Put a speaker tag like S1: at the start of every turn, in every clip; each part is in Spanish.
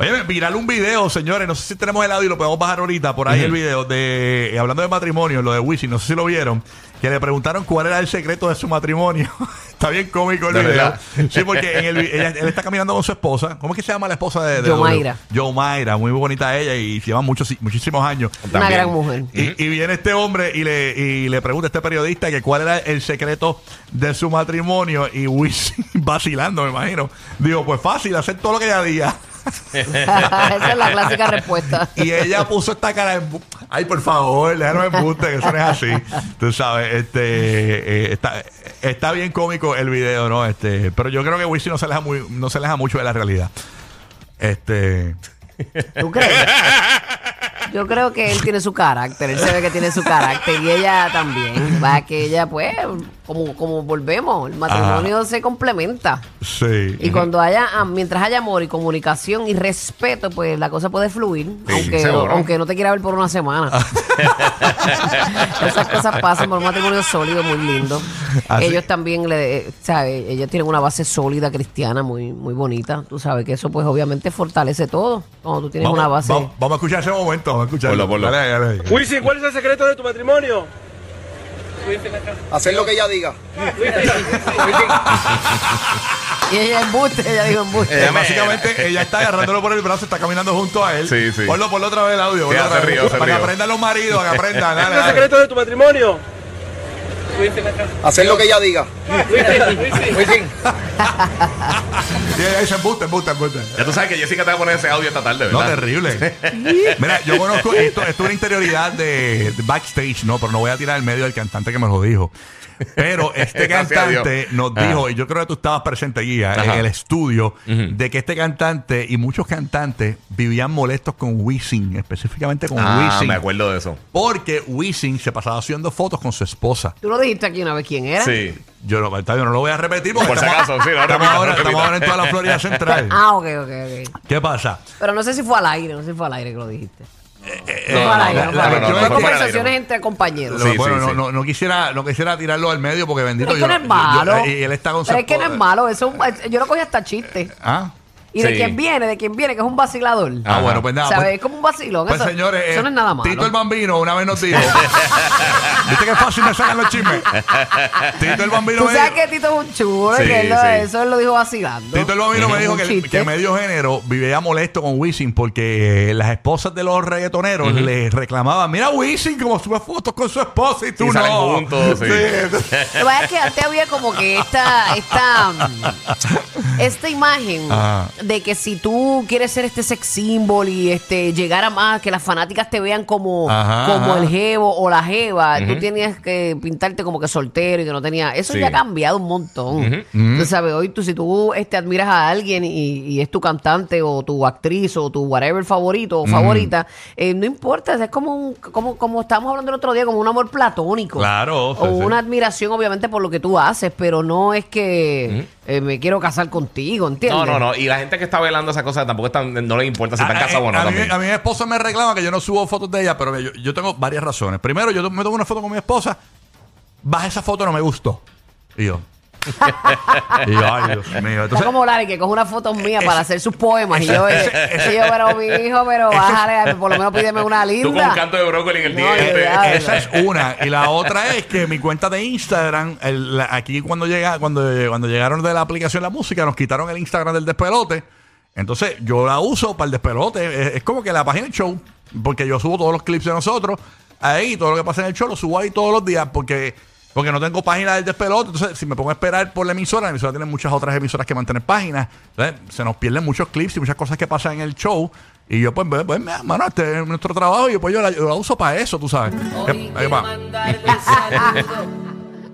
S1: Oye, viral un video, señores. No sé si tenemos el audio y lo podemos bajar ahorita. Por ahí el video de. eh, Hablando de matrimonio, lo de Wisin, no sé si lo vieron. Que le preguntaron cuál era el secreto de su matrimonio. está bien cómico el
S2: De
S1: video.
S2: verdad.
S1: Sí, porque en el vi- ella- él está caminando con su esposa. ¿Cómo es que se llama la esposa de, de
S3: Yomaira.
S1: Yomaira, muy bonita ella y lleva muchos, muchísimos años.
S3: Una gran mujer.
S1: Y, y viene este hombre y le, y le pregunta a este periodista que cuál era el secreto de su matrimonio. Y Wisin, vacilando, me imagino, digo, pues fácil, hacer todo lo que ella diga.
S3: Esa es la clásica respuesta.
S1: Y ella puso esta cara de... embu- Ay, por favor, déjame embuste, que eso no es así. Tú sabes, este... eh, está, está bien cómico el video, ¿no? Este, pero yo creo que Wisin no se aleja, muy, no se aleja mucho de la realidad. Este...
S3: ¿Tú crees? Yo creo que él tiene su carácter, él se ve que tiene su carácter y ella también. Va que ella, pues, como, como volvemos, el matrimonio se complementa.
S1: Sí.
S3: Y cuando haya, ah, mientras haya amor y comunicación y respeto, pues la cosa puede fluir, aunque,
S2: seguro.
S3: aunque no te quiera ver por una semana. Esas cosas pasan por un matrimonio sólido, muy lindo.
S1: Así-
S3: Ellos también, le, eh, ¿sabes? Ellos tienen una base sólida cristiana muy, muy bonita. Tú sabes que eso, pues, obviamente fortalece todo. Cuando tú tienes
S1: Vamos,
S3: una base.
S1: vamos, vamos a escuchar ese momento, vamos a escucharlo.
S2: Ponlo, ponlo.
S1: Dale, dale, dale.
S4: Wisin, ¿cuál es el secreto de tu matrimonio?
S5: Hacer lo que ella diga.
S3: Y ella embuste, ella dijo embuste.
S1: Eh, básicamente ella está agarrándolo por el brazo, está caminando junto a él.
S2: Sí, sí.
S1: Ponlo, ponlo otra vez el audio.
S2: Sí,
S1: ponlo otra
S2: hace
S1: vez.
S2: río, hace
S1: para que
S2: río.
S1: aprendan los maridos, que aprendan. dale,
S4: ¿Cuál es el
S1: dale.
S4: secreto de tu matrimonio?
S5: Hacer lo que ella diga.
S1: Sí, ahí se embuste, embuste, embuste.
S2: Ya tú sabes que Jessica te va a poner ese audio esta tarde,
S1: No,
S2: ¿verdad?
S1: terrible. Mira, yo conozco esto, esto es una interioridad de, de backstage, no, pero no voy a tirar al medio del cantante que me lo dijo. Pero este
S2: Gracias a Dios.
S1: cantante nos
S2: Ajá.
S1: dijo, y yo creo que tú estabas presente, Guía, en
S2: Ajá.
S1: el estudio,
S2: Ujú.
S1: de que este cantante y muchos cantantes vivían molestos con Wisin, específicamente con
S2: ah,
S1: Wisin.
S2: me acuerdo de eso.
S1: Porque Wisin se pasaba haciendo fotos con su esposa.
S3: Tú lo dijiste aquí una vez quién era.
S2: Sí.
S1: Yo no, está bien, no lo voy a repetir porque
S2: Por si
S1: estamos-
S2: acaso, sí, no,
S1: estamos
S2: repita,
S1: ahora-
S2: repita.
S1: estamos ahora en toda la Florida Central.
S3: Ah, ok, ok, ok.
S1: ¿Qué pasa?
S3: Pero no sé si fue al aire, no sé si fue al aire que lo dijiste.
S2: no,
S3: no fue al aire, no
S1: Eh, la- la
S3: fue
S1: cuestión es
S2: no,
S3: al aire.
S1: que-
S2: no fue
S3: Fueron
S2: al aire,
S3: conversaciones
S2: no.
S3: entre compañeros.
S2: Sí,
S1: bueno,
S2: sí,
S1: no,
S2: sí.
S1: No, no quisiera, no quisiera tirarlo al medio porque bendito
S3: Pero es que
S1: yo-
S3: no es
S1: yo- eh,
S3: malo.
S1: y él está con
S3: Pero
S1: su
S3: es que no es
S1: esposa.
S3: malo. Eso es un- es- yo lo cogí hasta chiste.
S1: Ah,
S3: ¿Y de
S2: Sí.
S3: quién viene? ¿De quién viene? Que es un vacilador.
S1: Ah,
S2: Ajá.
S1: bueno, pues nada.
S3: ¿Sabes?
S1: Pues,
S3: es como un vacilón.
S1: pues,
S3: eso,
S1: señores,
S3: eso no es nada malo.
S1: Tito el Bambino una vez nos dijo. ¿Viste que fácil me sacan los chismes? Tito el Bambino
S3: Tú
S1: me
S3: sabes
S1: dijo,
S3: que Tito es un chulo.
S2: Sí,
S3: que él lo-
S2: sí.
S3: Eso él lo dijo vacilando.
S1: Tito el Bambino me
S3: Es
S1: dijo
S3: un
S1: que, el-
S3: chiste.
S1: que medio género vivía molesto con Wisin porque eh, las esposas de los reggaetoneros le reclamaban, mira Wisin como sube fotos con su esposa y tú
S2: Sí,
S1: no.
S2: salen juntos, sí.
S3: Lo que pasa es que antes había como que esta, esta, mm, esta imagen
S1: Ah.
S3: de que si tú quieres ser este sex symbol y este llegar a más, que las fanáticas te vean como,
S1: Ajá,
S3: como
S1: ajá.
S3: el jevo o la jeva, tú tenías que pintarte como que soltero y que no tenía. Eso
S2: Sí.
S3: ya ha cambiado un montón. Tú sabes, hoy tú, si tú este, admiras a alguien y, y es tu cantante o tu actriz o tu whatever favorito o favorita, eh, no importa, es como, un, como, como estábamos hablando el otro día, como un amor platónico.
S1: Claro, sí,
S3: O
S1: sí.
S3: una admiración, obviamente, por lo que tú haces, pero no es que eh, me quiero casar contigo, ¿entiendes?
S2: No, no, no. Y la gente que está velando esas cosas tampoco están, no les importa si están
S1: A- a-
S2: casados o no
S1: Ah, eh, a, mí,
S2: también.
S1: a mí mi esposa me reclama que yo no subo fotos de ella, pero yo, yo tengo varias razones. Primero, yo to- me tomo una foto con mi esposa, baja esa foto, no me gustó. Y yo. y yo, ay, Dios mío.
S3: Está
S1: Entonces,
S3: como Larry, que coge una foto mía para hacer sus poemas. Y yo, eh, y yo, pero mi hijo, pero bájale, por lo menos pídeme una
S2: Tú con un
S3: linda.
S2: canto de brócoli en el
S3: No,
S2: día.
S3: de verdad.
S2: este.
S1: eh, esa es una. Y la otra es que mi cuenta de Instagram, el- la- aquí cuando, llega, cuando, cuando llegaron de la aplicación la música, nos quitaron el Instagram del despelote. Entonces, yo la uso para el despelote. Es, es como que la página del show, porque yo subo todos los clips de nosotros. Ahí, todo lo que pasa en el show, lo subo ahí todos los días porque, porque no tengo página del despelote. Entonces, si me pongo a esperar por la emisora, la emisora tiene muchas otras emisoras que mantener páginas. Entonces, se nos pierden muchos clips y muchas cosas que pasan en el show. Y yo, pues, pues, pues, mano, este es nuestro trabajo y pues yo la, yo la uso para eso, tú sabes. Eh, ahí va.
S6: mandarle saludo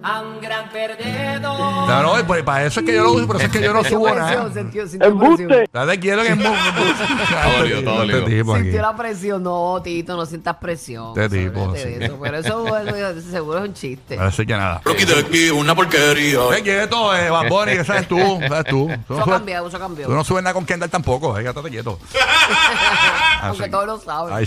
S6: a un gran perdedor.
S1: No, no, pues para eso es que yo lo uso, por eso es que yo no
S3: Sintió
S1: subo
S3: presión,
S1: nada.
S3: sintió, sintió presión.
S4: ¡Embuste!
S1: Dale, quiero que
S2: Todo lío, todo lío.
S1: Este tipo aquí.
S3: Sintió la presión. No, Tito, no sientas presión.
S1: Este tipo,
S3: Olvídate de
S1: sí.
S3: eso. Pero eso, eso seguro es un chiste.
S1: Así que nada.
S7: Rocky de aquí, una porquería.
S1: Ve quieto, eh, Bad Bunny, que sabes tú, sabes tú. Tú no
S3: Eso ha
S1: subes,
S3: cambiado, eso ha
S1: tú no
S3: cambiado.
S1: subes nada con Kendall tampoco, eh, estate quieto. Así
S3: Aunque
S1: que-
S3: todos lo saben.
S1: Ay,